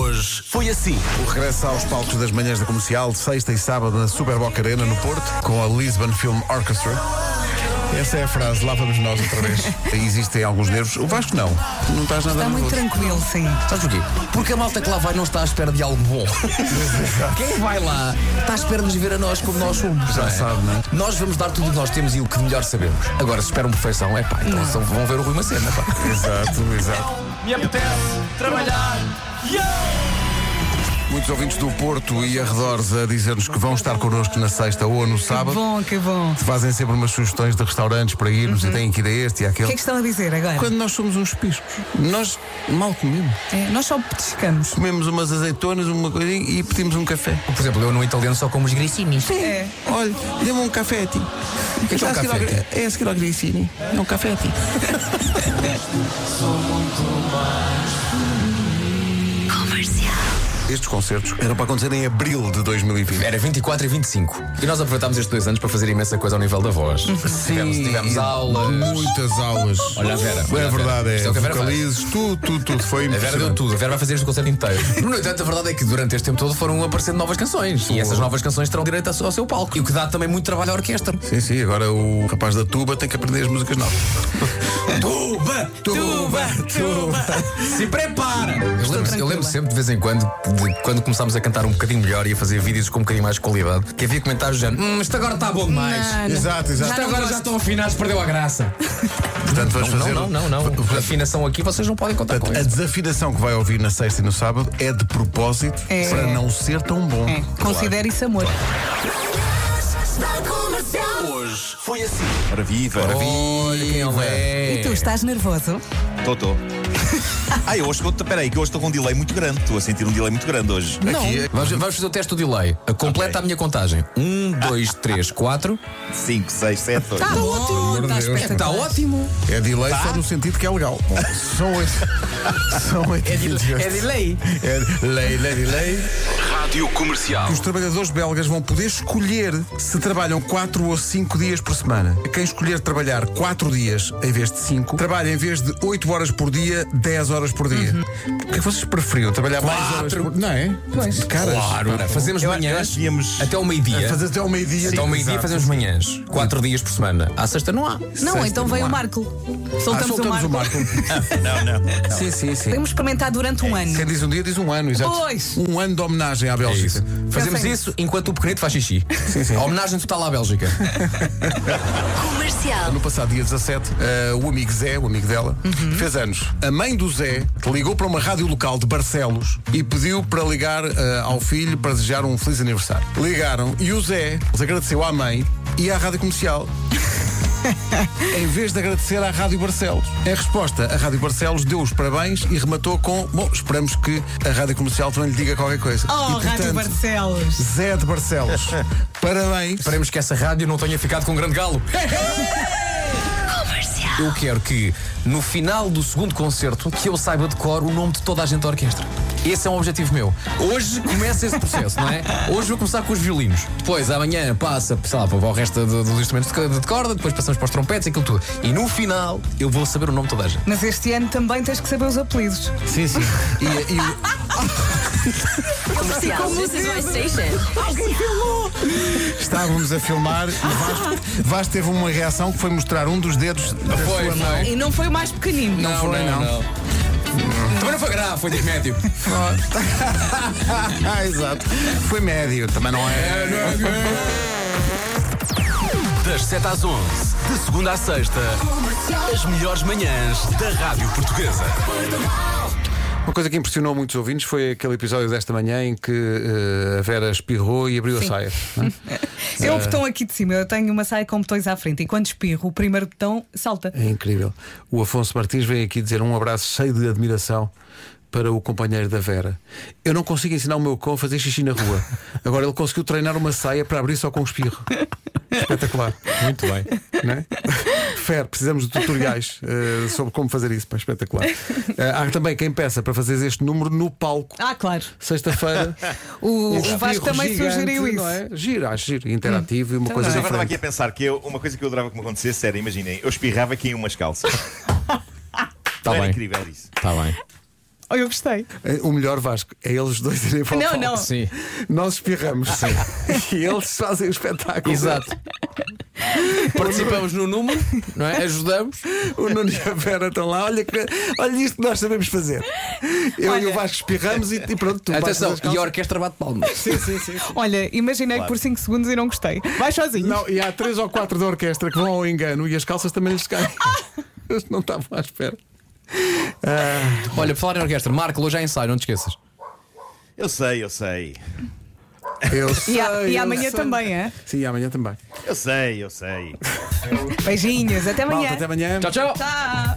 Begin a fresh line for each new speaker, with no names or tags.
Hoje foi assim.
O regresso aos palcos das manhãs da comercial, de sexta e sábado, na Super Boca Arena, no Porto, com a Lisbon Film Orchestra. Essa é a frase, lá vamos nós outra vez. Existem alguns nervos. O Vasco não. Não estás nada
Está Tá muito
nervoso.
tranquilo, sim.
Sabes porquê? Porque a malta que lá vai não está à espera de algo bom. Quem vai lá está à espera de nos ver a nós como nós somos. Já
sabe, não é?
Nós vamos dar tudo o que nós temos e o que de melhor sabemos. Agora, se esperam perfeição, é pá, então são- vão ver o Rui Macena, pá.
Exato, exato.
Me apetece trabalhar.
Muitos ouvintes do Porto e arredores a dizer-nos que vão estar connosco na sexta ou no
Que
sábado.
bom, que bom. O
Fazem sempre umas sugestões de restaurantes para irmos e têm que ir a este e
Uhum. que
àquele.
é que estão a dizer agora?
Quando nós somos uns piscos, nós mal comemos.
É, nós só petiscamos.
Comemos umas azeitonas, uma coisinha e pedimos um café.
Por exemplo, eu no italiano só como os grisinhos.
É.
Olha, dê-me um café a ti.
que é um
Está a seguir ao
café?
gri- É a seguir ao Grissini. É um café a ti. Estes concertos eram para acontecer em abril de 2020.
Era 24 e 25. E nós aproveitámos estes dois anos para fazer imensa coisa ao nível da voz. tivemos, tivemos
e
aulas.
Muitas aulas.
Olha a Vera, olha
É
a Vera.
verdade,
Isto é
é.
o que a Vera faz.
Vocalizes, tudo, tudo, tudo. Foi
A Vera deu
impressionante.
tudo, a Vera vai fazer este concerto inteiro. No entanto, a verdade é que durante este tempo todo foram aparecendo novas canções. E essas novas canções terão direito ao seu palco. E o que dá também muito trabalho à orquestra.
Sim, sim, agora o rapaz da tuba tem que aprender as músicas novas.
Tuba, tuba, tuba. Se prepara! Eu lembro, eu lembro sempre de vez em quando, de quando começámos a cantar um bocadinho melhor e a fazer vídeos com um bocadinho mais de qualidade, que havia comentários do género: Hum, isto agora está bom demais.
Não, não.
Exato, exato.
Isto agora já estão afinados, perdeu a graça.
Portanto, vamos
Não,
fazer.
não, não, não. A afinação aqui vocês não podem contar com
Portanto, a
isso.
desafinação que vai ouvir na sexta e no sábado é de propósito
É.
para não ser tão bom.
É. Considere isso amor.
Hoje foi assim.
Ora viva.
Ora, Olha quem é.
E tu estás nervoso?
Tô, tô. Ah, eu hoje estou. Peraí, que hoje estou com um delay muito grande. Estou a sentir um delay muito grande hoje.
é-
Aqui, vamos, vamos fazer o teste do delay. Completa
Ok.
a minha contagem. 1, 2, 3, 4.
5, 6, 7, 8.
Está Tá ótimo. Está
Está
espetacular.
ótimo.
É delay
Tá.
só no sentido que é legal. Bom, São oito. São oito. É
delay.
delay, delay, delay.
Rádio Comercial.
Os trabalhadores belgas vão poder escolher se trabalham 4 ou 5 dias por semana. Quem escolher trabalhar 4 dias em vez de 5, trabalha em vez de 8 horas por dia, 10 horas por dia. O que é que vocês preferiam? Trabalhar mais horas
Quatro.
por Não é? Pois. Caras.
Claro. Ora, fazemos
Eu acho que
manhãs
nós tínhamos-
até ao meio-dia.
Fazer até ao meio-dia.
Até ao meio-dia fazemos manhãs. 4 dias por semana. À sexta não há.
Não,
Sexta
então
no
vem o
ar.
Marco.
Ah,
Soltamos,
soltamos o Marco.
Não, não.
sim, sim, sim.
Podemos experimentar durante um ano.
Quem diz um dia diz um ano, exato.
Pois.
Um ano de homenagem à
É
Bélgica.
isso. Fazemos
Pensem
isso enquanto o pequenito faz xixi. A homenagem total à Bélgica.
No passado dia 17, eh, o amigo Zé, o amigo dela,
Uhum.
fez anos. A mãe do Zé ligou para uma rádio local de Barcelos e pediu para ligar eh, ao filho para desejar um feliz aniversário. Ligaram e o Zé os agradeceu à mãe e à rádio comercial. Em vez de agradecer à Rádio Barcelos. Em resposta, a Rádio Barcelos deu os parabéns e rematou com: Bom, esperamos que a Rádio Comercial também lhe diga qualquer coisa. e,
Oh, Rádio
portanto,
Barcelos.
Zé de Barcelos, parabéns.
Esperemos que essa rádio não tenha ficado com um grande galo. Eu quero que, no final do segundo concerto, que eu saiba de cor o nome de toda a gente da orquestra. Esse é um objetivo meu. Hoje começa esse processo, não é? Hoje vou começar com os violinos. Depois, amanhã, passa, sei lá, para o resto do- dos instrumentos de co- de corda, depois passamos para os trompetes e aquilo tudo. E no final, eu vou saber o nome de toda a gente.
Mas este ano também tens que saber os apelidos.
Sim, sim. E- e o-
Comercial. This is my station.
Estávamos a filmar e Vasco, Vasco teve uma reação que foi mostrar um dos dedos da
Foi,
sua
foi.
mão.
E não foi o mais pequenino.
É. Não foi, não.
Também não foi grave, foi de médio.
Ah, exato. Foi médio, também não é.
Das 7 às 11, de segunda à sexta, as melhores manhãs da Rádio Portuguesa.
Uma coisa que impressionou muitos ouvintes foi aquele episódio desta manhã em que eh, a Vera espirrou e abriu a saia. não é?
É o botão aqui de cima. Eu tenho uma saia com botões à frente. E quando espirro, o primeiro botão salta.
É incrível. O Afonso Martins vem aqui dizer um abraço cheio de admiração para o companheiro da Vera. Eu não consigo ensinar o meu cão a fazer xixi na rua. Agora ele conseguiu treinar uma saia para abrir só com um espirro. Espetacular. Muito bem. Não é? Fer, precisamos de tutoriais eh, sobre como fazer isso. Pá, espetacular. Eh, há também quem peça para fazer este número no palco.
Ah, claro.
Sexta-feira.
O,
Um
o
espirro
Vasco também
gigante,
sugeriu isso. Hum. Então
não é? Giro, acho giro. Interativo e uma coisa
Mas eu agora estava
diferente.
aqui a pensar que eu, uma coisa que eu adorava que me acontecesse era, imaginem, eu espirrava aqui em umas calças.
Está
era
Tá bem,
incrível isso.
está bem.
Oh, eu gostei.
Eh, O melhor Vasco é eles dois irem para o
Não,
palco.
não.
Sim.
Nós espirramos e eles fazem o espetáculo.
Exato. Participamos no número, não é? Ajudamos.
O Nuno e a Vera estão lá. Olha, que- olha isto que nós sabemos fazer. Eu e
Olha.
o Vasco espirramos e, e pronto. Tu baixas
Atenção,
as calças.
e a orquestra bate palmas.
Sim, sim, sim. sim.
Olha, imaginei por 5 segundos e não gostei. Vai sozinho.
Não, e há três ou quatro da orquestra que vão ao engano e as calças também lhes caem. Eles não estavam à espera.
Olha, por falar em orquestra, Marco, hoje há ensaio, não te esqueças.
Eu sei, eu sei.
Eu
E, a-
sei,
e
eu
amanhã
sei.
também, é?
Sim, e amanhã também.
Eu sei, eu sei.
Beijinhos, até amanhã.
Malta, até amanhã.
Tchau, tchau.
Tchau.